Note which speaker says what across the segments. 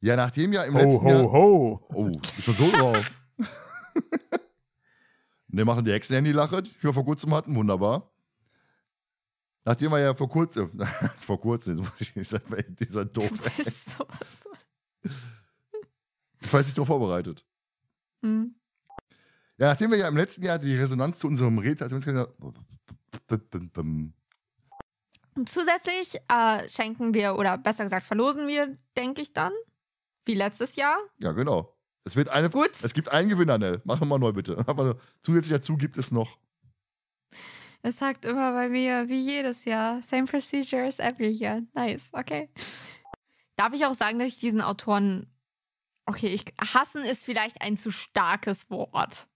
Speaker 1: Ja, nachdem ja im
Speaker 2: Ho,
Speaker 1: letzten
Speaker 2: ho,
Speaker 1: Jahr.
Speaker 2: ho.
Speaker 1: Oh, ist schon so drauf. ne, machen die Hexenhandy lachet, die wir vor kurzem hatten, wunderbar. Nachdem wir ja vor kurzem, vor kurzem, jetzt muss ich dieser, dieser doof,
Speaker 3: Du bist sowas.
Speaker 1: ich weiß nicht, doof vorbereitet.
Speaker 3: Hm.
Speaker 1: Ja, nachdem wir ja im letzten Jahr die Resonanz zu unserem Rätsel, also
Speaker 3: Und zusätzlich äh, schenken wir, oder besser gesagt, verlosen wir, denke ich dann, wie letztes Jahr.
Speaker 1: ja, genau. Es wird eine,
Speaker 3: Gut.
Speaker 1: es gibt einen Gewinner, Nell. Mach nochmal neu, bitte. Aber zusätzlich dazu gibt es noch.
Speaker 3: Es sagt immer bei mir, wie jedes Jahr. Same procedure as every year. Nice, okay. Darf ich auch sagen, dass ich diesen Autoren. Okay, ich, hassen ist vielleicht ein zu starkes Wort.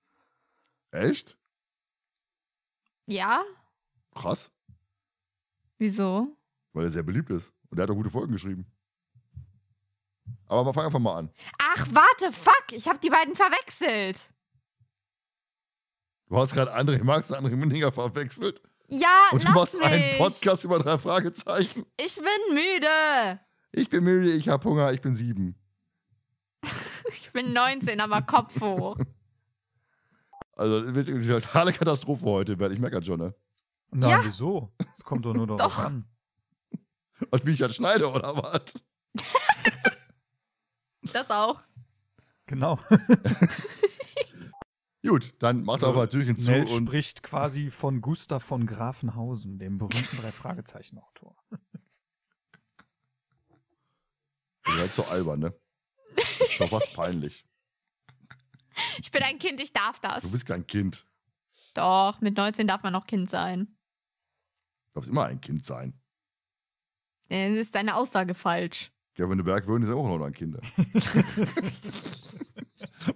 Speaker 1: Echt?
Speaker 3: Ja?
Speaker 1: Krass,
Speaker 3: Wieso?
Speaker 1: weil er sehr beliebt ist. Und er hat auch gute Folgen geschrieben. Aber mal- fang einfach mal an.
Speaker 3: Ach, warte, fuck, ich habe die beiden verwechselt.
Speaker 1: Du hast gerade André Marx und André Mündinger verwechselt.
Speaker 3: Ja,
Speaker 1: Und du
Speaker 3: Ah, lass
Speaker 1: machst
Speaker 3: mich.
Speaker 1: einen Podcast über drei Fragezeichen.
Speaker 3: Ich bin müde.
Speaker 1: Ich bin müde, ich habe Hunger, ich bin sieben.
Speaker 3: Ich bin 19, aber Kopf hoch.
Speaker 1: Also, das wird eine totale Katastrophe heute werden. Ich merke das schon, ne?
Speaker 2: Nein,
Speaker 3: Ja.
Speaker 2: wieso? Es kommt doch nur darauf
Speaker 3: Doch.
Speaker 2: an.
Speaker 1: Und wie ich das schneide, oder was?
Speaker 3: Das auch.
Speaker 2: Genau.
Speaker 1: Gut, dann macht einfach Türchen zu
Speaker 2: Nell
Speaker 1: und.
Speaker 2: spricht quasi von Gustav von Grafenhausen, dem berühmten Drei-Fragezeichen-Autor.
Speaker 1: Ihr seid so albern, ne? Ist doch was peinlich.
Speaker 3: Ich bin ein Kind, ich darf das.
Speaker 1: Du bist kein Kind.
Speaker 3: Doch, mit 19 darf man noch Kind sein.
Speaker 1: Du darfst immer ein Kind sein.
Speaker 3: Dann ist deine Aussage falsch.
Speaker 1: Kevin de Bergwöhn ist ja auch noch ein Kind. ne?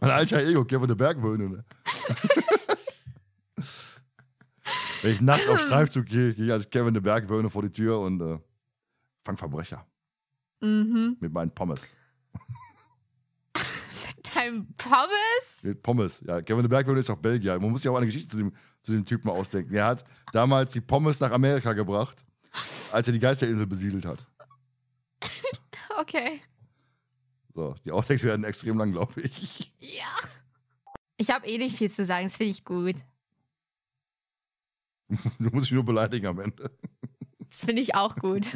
Speaker 1: mein alter Ego, Kevin de Bergwöhn. Ne? Wenn ich nachts auf Streifzug gehe, gehe ich als Kevin de Bergwöhn vor die Tür und äh, fang Verbrecher
Speaker 3: Mhm.
Speaker 1: mit meinen Pommes.
Speaker 3: Dein Pommes?
Speaker 1: Mit Pommes. Ja, Kevin de Bergwöhn ist auch Belgier. Man muss sich auch eine Geschichte zu dem, zu dem Typen ausdenken. Er hat damals die Pommes nach Amerika gebracht, als er die Geisterinsel besiedelt hat.
Speaker 3: Okay.
Speaker 1: So, die Outtakes werden extrem lang, glaube ich.
Speaker 3: Ja. Ich habe eh nicht viel zu sagen, das finde ich gut.
Speaker 1: Du musst mich nur beleidigen am Ende.
Speaker 3: Das finde ich auch gut.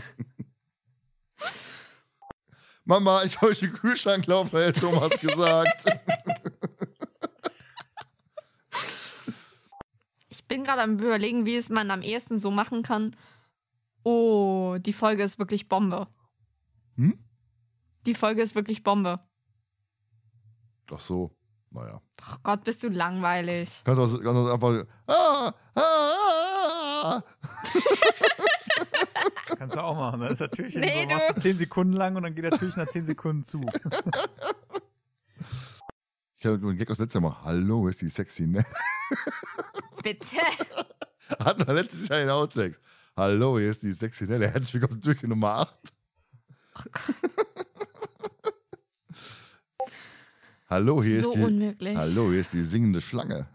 Speaker 1: Mama, ich habe euch den Kühlschrank laufen, hat der Thomas gesagt.
Speaker 3: Ich bin gerade am überlegen, wie es man am ehesten so machen kann. Oh, die Folge ist wirklich Bombe.
Speaker 1: Hm?
Speaker 3: Die Folge ist wirklich Bombe.
Speaker 1: Ach so, naja.
Speaker 3: Ach Gott, bist du langweilig.
Speaker 1: Kannst du kannst du einfach. Ah, ah, ah, ah.
Speaker 2: Kannst du auch machen. Das ist natürlich
Speaker 3: Nee,
Speaker 2: nee, so, zehn Sekunden lang und dann geht natürlich nach zehn Sekunden zu.
Speaker 1: Ich habe einen Gag aus letztem Mal. Hallo, ist die sexy, ne?
Speaker 3: Bitte.
Speaker 1: Hatten wir letztes Jahr in Outtakes. Hallo, hier ist die sexy Nelle. Herzlich willkommen durch Nummer 8. Hallo, Oh, hier
Speaker 3: so
Speaker 1: ist die.
Speaker 3: unmöglich.
Speaker 1: Hallo, hier ist die singende Schlange.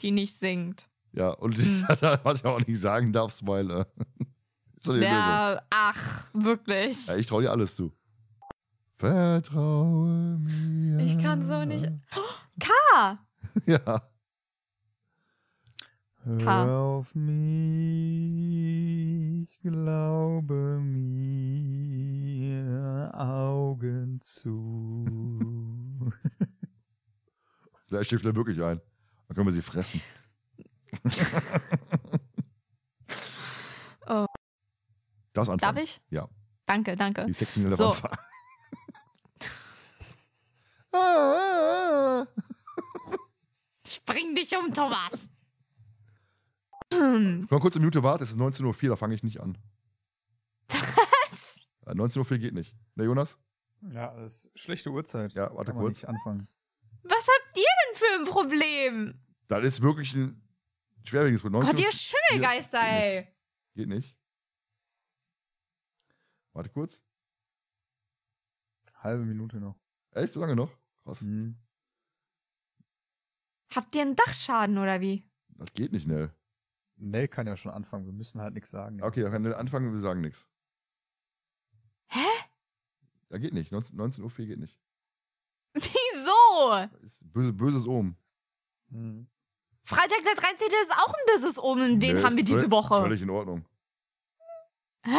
Speaker 3: Die nicht singt.
Speaker 1: Ja, und
Speaker 3: Hm.
Speaker 1: ich, was ich auch nicht sagen darfst, weil. Äh, ist doch die Lösung.
Speaker 3: Ja, ach, wirklich.
Speaker 1: Ja, ich traue dir alles zu. Vertraue mir.
Speaker 3: Ich kann so nicht- K.
Speaker 1: Ja.
Speaker 3: Pa.
Speaker 2: Hör auf mich, glaube mir, Augen zu.
Speaker 1: Vielleicht schläft er wirklich ein. Dann können wir sie fressen.
Speaker 3: Oh.
Speaker 1: Das anfangen.
Speaker 3: Darf ich?
Speaker 1: Ja.
Speaker 3: Danke, danke.
Speaker 1: Die sexy
Speaker 3: So.
Speaker 1: so. anfangen. Ah, ah, ah.
Speaker 3: Ich bring dich um, Thomas. Hm,
Speaker 1: Wenn man kurz eine Minute wartet, es ist 19.04 Uhr, da fange ich nicht an. Was? 19.04 Uhr geht nicht. Ne, Jonas?
Speaker 2: Ja, das ist schlechte Uhrzeit.
Speaker 1: Ja, warte
Speaker 2: Kann man
Speaker 1: kurz.
Speaker 2: nicht anfangen.
Speaker 3: Was habt ihr denn für ein Problem?
Speaker 1: Das ist wirklich ein schwerwiegendes Problem.
Speaker 3: Gott,
Speaker 1: 19
Speaker 3: ihr Schimmelgeister,
Speaker 1: Geht nicht.
Speaker 3: ey.
Speaker 1: Geht nicht. Warte kurz.
Speaker 2: Halbe Minute noch.
Speaker 1: Echt, so lange noch? Krass.
Speaker 2: Hm.
Speaker 3: Habt ihr einen Dachschaden oder wie?
Speaker 1: Das geht nicht, Nell.
Speaker 2: Nell kann ja schon anfangen. Wir müssen halt nichts sagen.
Speaker 1: Okay, dann kann Nell anfangen, wir sagen nichts.
Speaker 3: Hä?
Speaker 1: Ja, geht nicht. 19, 19 Uhr 4 geht nicht.
Speaker 3: Wieso?
Speaker 1: Ist böse, böses Ohm.
Speaker 2: Hm.
Speaker 3: Freitag der 13. ist auch ein böses Omen. Den
Speaker 1: Nee,
Speaker 3: haben wir
Speaker 1: ist
Speaker 3: diese
Speaker 1: völ-
Speaker 3: Woche.
Speaker 1: Völlig in Ordnung.
Speaker 3: Hä?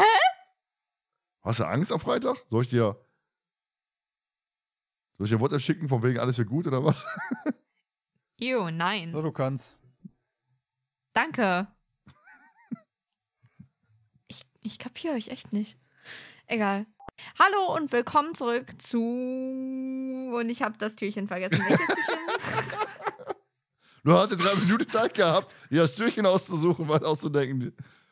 Speaker 1: Hast du Angst am Freitag? Soll ich dir. Soll ich dir WhatsApp schicken, von wegen alles wird gut oder was?
Speaker 3: Ew, nein.
Speaker 2: So, du kannst.
Speaker 3: Danke. Ich, ich kapiere euch echt nicht. Egal. Hallo und willkommen zurück zu. Und ich habe das Türchen vergessen. Welches Türchen?
Speaker 1: Du hast jetzt drei Minuten Zeit gehabt, dir das Türchen auszusuchen, was auszudenken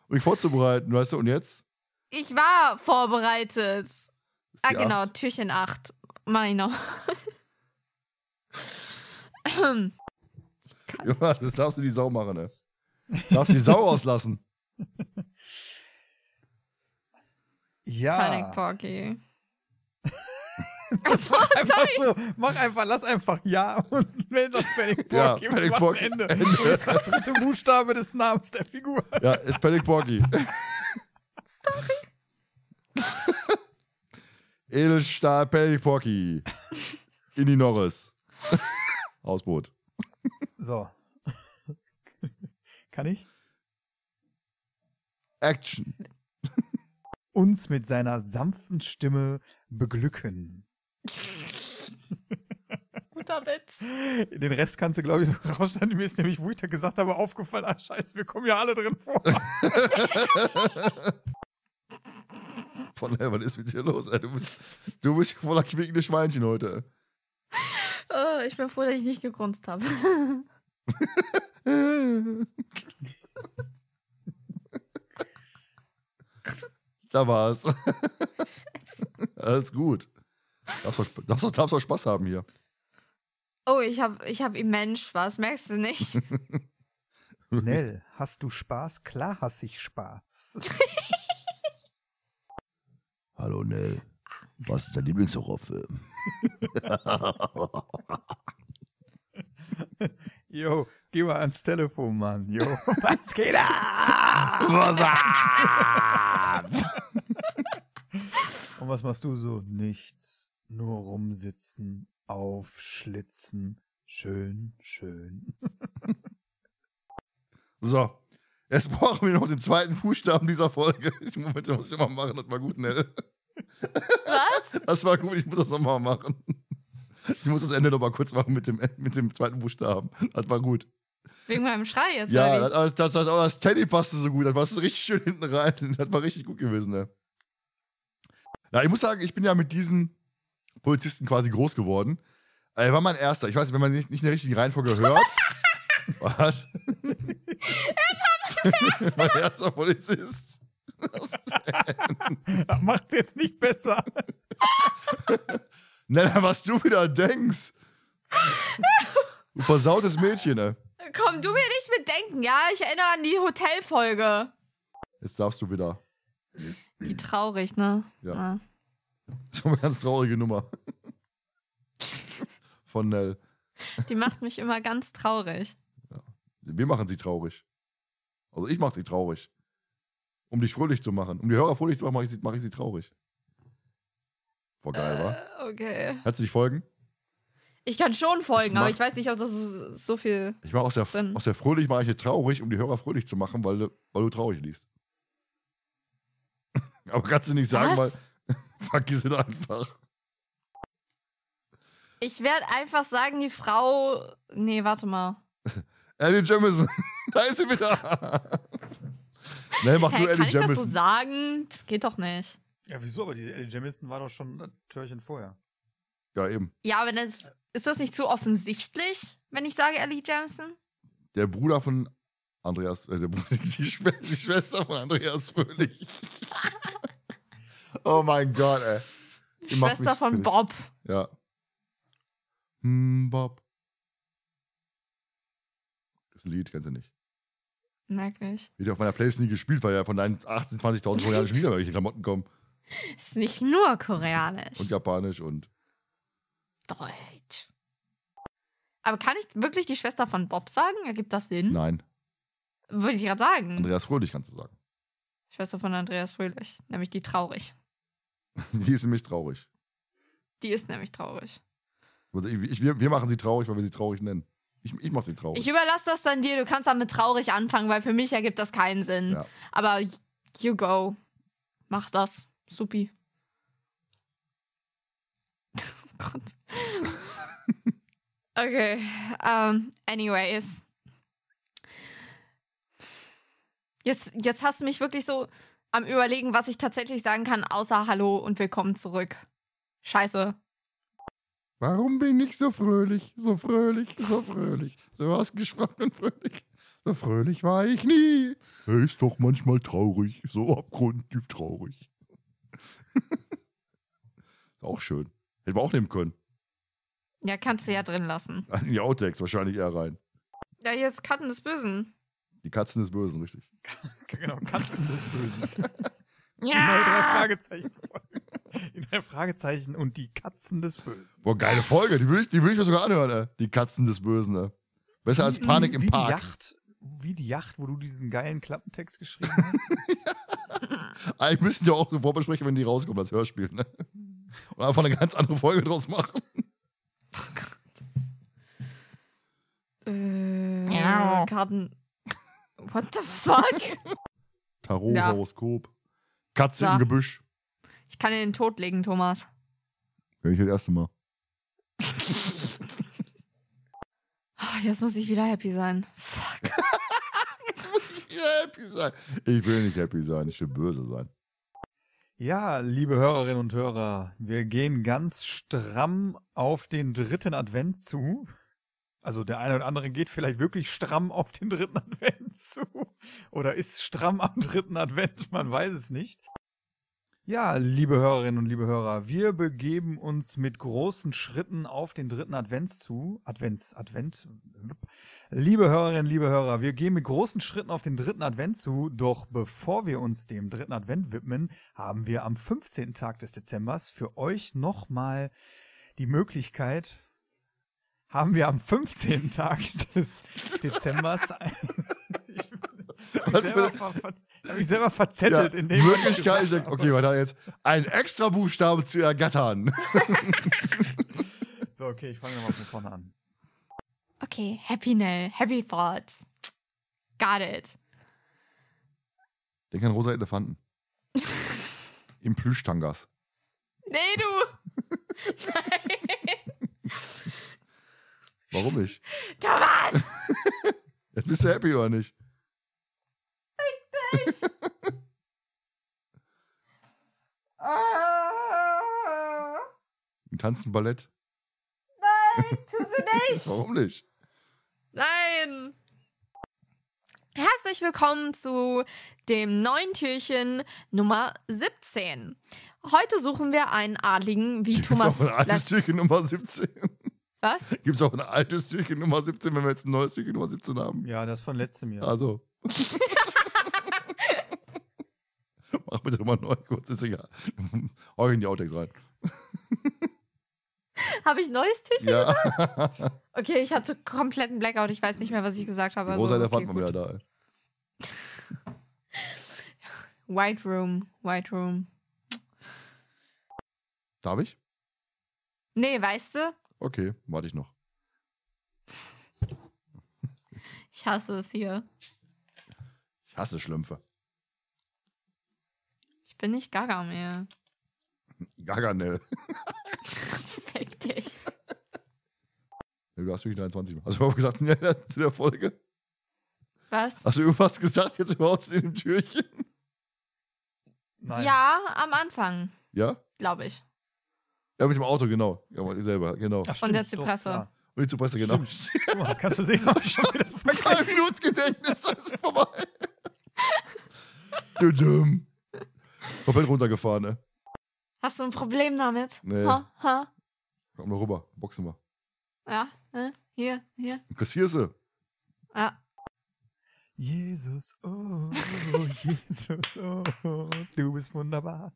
Speaker 1: und mich vorzubereiten, weißt du? Und jetzt?
Speaker 3: Ich war vorbereitet.
Speaker 1: Ist
Speaker 3: Ah,
Speaker 1: die
Speaker 3: genau,
Speaker 1: Acht.
Speaker 3: Türchen 8. Meiner.
Speaker 1: Ja, das darfst du die Sau machen, ne? Darfst die Sau auslassen.
Speaker 2: Ja.
Speaker 3: Panic Porky.
Speaker 2: Einfach so, mach einfach, lass einfach ja und nenn das Panic
Speaker 1: Ja,
Speaker 2: Porky.
Speaker 1: Panic
Speaker 2: am
Speaker 1: Porky.
Speaker 2: Ende. Du bist der dritte Buchstabe des Namens der Figur.
Speaker 1: Ja, ist Panic Porky. Sorry. Edelstahl Panic Porky. In die Norris. Hausboot.
Speaker 2: So. Kann ich?
Speaker 1: Action.
Speaker 2: Uns mit seiner sanften Stimme beglücken.
Speaker 3: Guter Witz.
Speaker 2: Den Rest kannst du, glaube ich, so rausstellen. Mir ist nämlich, wo ich da gesagt habe, aufgefallen, ah, scheiße, wir kommen ja alle drin vor.
Speaker 1: Von daher, was ist mit dir los, ey? Du bist, du bist voller quiekende Schweinchen heute.
Speaker 3: Oh, ich bin froh, dass ich nicht gegrunzt habe.
Speaker 1: Da war's. Alles gut. Darfst doch, darfst, doch, darfst doch Spaß haben hier.
Speaker 3: Oh, ich habe ich hab immens Spaß. Merkst du nicht?
Speaker 2: Nell, hast du Spaß? Klar hasse ich Spaß.
Speaker 1: Hallo Nell. Was ist dein Lieblingshorrorfilm?
Speaker 2: Jo, geh mal ans Telefon, Mann. Jo, was geht ab?
Speaker 1: Was ab?
Speaker 2: Und was machst du so? Nichts. Nur rumsitzen, aufschlitzen. Schön, schön.
Speaker 1: So. Jetzt brauchen wir noch den zweiten Buchstaben dieser Folge. Ich Moment, das muss ich mal machen. Das war gut, Nell.
Speaker 3: Was?
Speaker 1: Das war gut. Ich muss das nochmal machen. Ich muss das Ende nochmal kurz machen mit dem, mit dem zweiten Buchstaben. Das war gut.
Speaker 3: Wegen meinem Schrei jetzt?
Speaker 1: Ja,
Speaker 3: oder
Speaker 1: das,
Speaker 3: wie?
Speaker 1: das, das, das, aber das Teddy passte so gut. Das war so richtig schön hinten rein. Das war richtig gut gewesen, ne? Na, ich muss sagen, ich bin ja mit diesen Polizisten quasi groß geworden. Er war mein erster. Ich weiß nicht, wenn man nicht, nicht in der richtigen Reihenfolge hört. Was? Er war mein erster. mein erster Polizist.
Speaker 2: Das macht's jetzt nicht besser.
Speaker 1: Nenner, was du wieder denkst. Du versautes Mädchen, ne?
Speaker 3: Komm, du mir nicht mitdenken, ja? Ich erinnere an die Hotelfolge.
Speaker 1: Jetzt darfst du wieder.
Speaker 3: Die traurig, ne?
Speaker 1: Ja.
Speaker 3: Ah.
Speaker 1: So eine ganz traurige Nummer. Von Nell.
Speaker 3: Die macht mich immer ganz traurig.
Speaker 1: Wir machen sie traurig. Also ich mache sie traurig. Um dich fröhlich zu machen. Um die Hörer fröhlich zu machen, mache ich, sie- mach ich sie traurig. War geil, wa?
Speaker 3: Äh, Okay.
Speaker 1: Kannst du dich folgen?
Speaker 3: Ich kann schon folgen,
Speaker 1: Ich
Speaker 3: aber
Speaker 1: mach-
Speaker 3: ich weiß nicht, ob das so viel.
Speaker 1: Ich mache aus der,
Speaker 3: Drin.
Speaker 1: aus der fröhlich mache ich eine traurig, um die Hörer fröhlich zu machen, weil, du- weil du traurig liest. Aber kannst du nicht sagen,
Speaker 3: Was?
Speaker 1: weil vergiss es einfach.
Speaker 3: Ich werde einfach sagen, die Frau. Nee, warte mal.
Speaker 1: Ellie Jamison, da ist sie wieder. nee, mach
Speaker 3: Hä,
Speaker 1: du
Speaker 3: kann
Speaker 1: Ellie
Speaker 3: ich das so
Speaker 1: Jamison.
Speaker 3: sagen? Das geht doch nicht.
Speaker 2: Ja, wieso? Aber diese Ellie Jamison war doch schon ein Türchen vorher.
Speaker 1: ja, eben.
Speaker 3: Ja, aber das, ist das nicht zu offensichtlich, wenn ich sage Ellie Jamison?
Speaker 1: Der Bruder von Andreas, äh, der Bruder, die, Schwester, die Schwester von Andreas Fröhlich. oh mein Gott, ey. Die macht
Speaker 3: Schwester
Speaker 1: mich
Speaker 3: von
Speaker 1: fertig.
Speaker 3: Bob.
Speaker 1: Ja. Hm, Bob. Das Lied kennst du nicht.
Speaker 3: Merke ich.
Speaker 1: Wird ja auf meiner Playlist nie gespielt, weil ja von deinen 18.000, 20.000 koreanischen Liedern welche Klamotten kommen.
Speaker 3: Ist nicht nur koreanisch.
Speaker 1: Und japanisch und.
Speaker 3: Deutsch. Aber kann ich wirklich die Schwester von Bob sagen? Ergibt das Sinn?
Speaker 1: Nein,
Speaker 3: Würde ich gerade sagen.
Speaker 1: Andreas Fröhlich kannst du sagen.
Speaker 3: Schwester von Andreas Fröhlich, nämlich die traurig.
Speaker 1: Die ist nämlich traurig.
Speaker 3: Die ist nämlich traurig.
Speaker 1: Also ich, ich, wir, wir machen sie traurig, weil wir sie traurig nennen. Ich, ich mach sie traurig.
Speaker 3: Ich überlasse das dann dir. Du kannst dann mit traurig anfangen, weil für mich ergibt das keinen Sinn.
Speaker 1: Ja.
Speaker 3: Aber you go. Mach das. Supi. Oh Gott. okay. ähm, anyways. Jetzt, jetzt hast du mich wirklich so am Überlegen, was ich tatsächlich sagen kann, außer Hallo und Willkommen zurück. Scheiße.
Speaker 1: Warum bin ich so fröhlich, so fröhlich, so fröhlich, so ausgesprochen und fröhlich? So fröhlich war ich nie. Er ist doch manchmal traurig, so abgrundtief traurig. auch schön. Hätten wir auch nehmen können. Also
Speaker 3: Ja, kannst du ja drin lassen.
Speaker 1: In die Outtakes wahrscheinlich eher rein.
Speaker 3: Ja, jetzt Karten des Bösen.
Speaker 1: Die Katzen des Bösen, richtig.
Speaker 2: Genau, Katzen des Bösen. Genau, Die neue drei
Speaker 3: Ja!
Speaker 2: Fragezeichen. Die drei Fragezeichen und die Katzen des Bösen.
Speaker 1: Boah, geile Folge. Die würde ich, die würd ich mir sogar anhören, ey. Die Katzen des Bösen, ey. Besser als
Speaker 2: Wie-
Speaker 1: Panik
Speaker 2: wie
Speaker 1: im
Speaker 2: die
Speaker 1: Park.
Speaker 2: Yacht, wie die Yacht, wo du diesen geilen Klappentext geschrieben hast.
Speaker 1: Eigentlich müssen Ah, ja auch eine Vorbesprechung, wenn die rauskommen, als Hörspiel, ne? Und einfach eine ganz andere Folge draus machen.
Speaker 3: Oh Gott. Äh,
Speaker 4: Miau.
Speaker 3: Karten. What the fuck?
Speaker 1: Tarot,
Speaker 3: Ja.
Speaker 1: Horoskop. Katze
Speaker 3: Ja.
Speaker 1: im Gebüsch.
Speaker 3: Ich kann dir den Tod legen, Thomas.
Speaker 1: Ja, ich das erste Mal.
Speaker 3: Ah, Jetzt muss ich wieder happy sein. Fuck.
Speaker 1: Ja, happy sein. Ich will nicht happy sein, ich will böse sein.
Speaker 2: Ja, liebe Hörerinnen und Hörer, wir gehen ganz stramm auf den dritten Advent zu. Also der eine oder andere geht vielleicht wirklich stramm auf den dritten Advent zu. Oder ist stramm am dritten Advent, man weiß es nicht. Ja, liebe Hörerinnen und liebe Hörer, wir begeben uns mit großen Schritten auf den dritten Advent zu. Advents, Advent. Liebe Hörerinnen, liebe Hörer, wir gehen mit großen Schritten auf den dritten Advent zu. Doch bevor wir uns dem dritten Advent widmen, haben wir am 15. Tag des Dezembers für euch nochmal die Möglichkeit, haben wir am 15. Tag des Dezembers ein- Ich
Speaker 1: Was
Speaker 2: habe mich,
Speaker 1: für-
Speaker 2: selber ver- ver- hab mich selber verzettelt in dem. was ich
Speaker 1: Möglichkeit ist,
Speaker 2: gesagt habe.
Speaker 1: okay, weiter jetzt. Ein extra Buchstabe zu ergattern.
Speaker 2: So, okay, ich fange nochmal von vorne an.
Speaker 3: Okay, happy now. Happy thoughts. Got it.
Speaker 1: Denk an rosa Elefanten. Im Plüschtangas.
Speaker 3: Nee, du. Nein.
Speaker 1: Warum nicht?
Speaker 3: Thomas!
Speaker 1: Jetzt bist du happy oder nicht?
Speaker 3: Ah.
Speaker 1: Im Tanzen Ballett.
Speaker 3: Nein, tu sie nicht.
Speaker 1: Warum nicht?
Speaker 3: Nein! Herzlich willkommen zu dem neuen Türchen Nummer 17. Heute suchen wir einen Adligen wie
Speaker 1: Gibt's
Speaker 3: Thomas.
Speaker 1: auch ein altes
Speaker 3: Letz-
Speaker 1: Türchen Nummer 17?
Speaker 3: Was?
Speaker 1: Gibt's auch ein altes Türchen Nummer 17, wenn wir jetzt ein neues Türchen Nummer 17 haben?
Speaker 2: Ja, das von letztem Jahr.
Speaker 1: Also. Mach bitte mal neu, kurz, ist egal. Hau in die Outtakes rein.
Speaker 3: Habe ich neues Türchen?
Speaker 1: Ja,
Speaker 3: Okay, ich hatte kompletten Blackout. Ich weiß nicht mehr, was ich gesagt habe. Also,
Speaker 1: rosa
Speaker 3: okay,
Speaker 1: Elefant war
Speaker 3: gut.
Speaker 1: wieder da. ey.
Speaker 3: White Room, White Room.
Speaker 1: Darf ich?
Speaker 3: Nee, weißt du?
Speaker 1: Okay, warte ich noch.
Speaker 3: Ich hasse es hier.
Speaker 1: Ich hasse Schlümpfe.
Speaker 3: Ich bin nicht Gaga mehr.
Speaker 1: Gaganell.
Speaker 3: Fick dich.
Speaker 1: Ja, Du hast mich 23 Mal. Hast du überhaupt gesagt, ja, zu der Folge?
Speaker 3: Was?
Speaker 1: Hast du irgendwas gesagt jetzt überhaupt zu dem Türchen?
Speaker 2: Nein.
Speaker 3: Ja, am Anfang,
Speaker 1: Ja?
Speaker 3: glaube ich.
Speaker 1: Ja, mit dem Auto, genau. Ja, aber ich selber, genau.
Speaker 2: Ach,
Speaker 3: Und der
Speaker 2: stimmt, doch,
Speaker 3: Zypresse.
Speaker 2: klar.
Speaker 1: Und die Zupresse, genau.
Speaker 2: Guck mal, kannst du sehen, ob ich schon wieder
Speaker 1: Zwei
Speaker 2: vergessen
Speaker 1: Minuten Gedächtnis, alles vorbei. Düdüm. Komplett runtergefahren, ne?
Speaker 3: Hast du ein Problem damit?
Speaker 1: Nee.
Speaker 3: Ha, ha.
Speaker 1: Komm mal rüber, boxen wir.
Speaker 3: Ja, ne? hier, hier.
Speaker 1: Kassierst du?
Speaker 3: Ja.
Speaker 2: Jesus, oh, Jesus, oh, du bist wunderbar.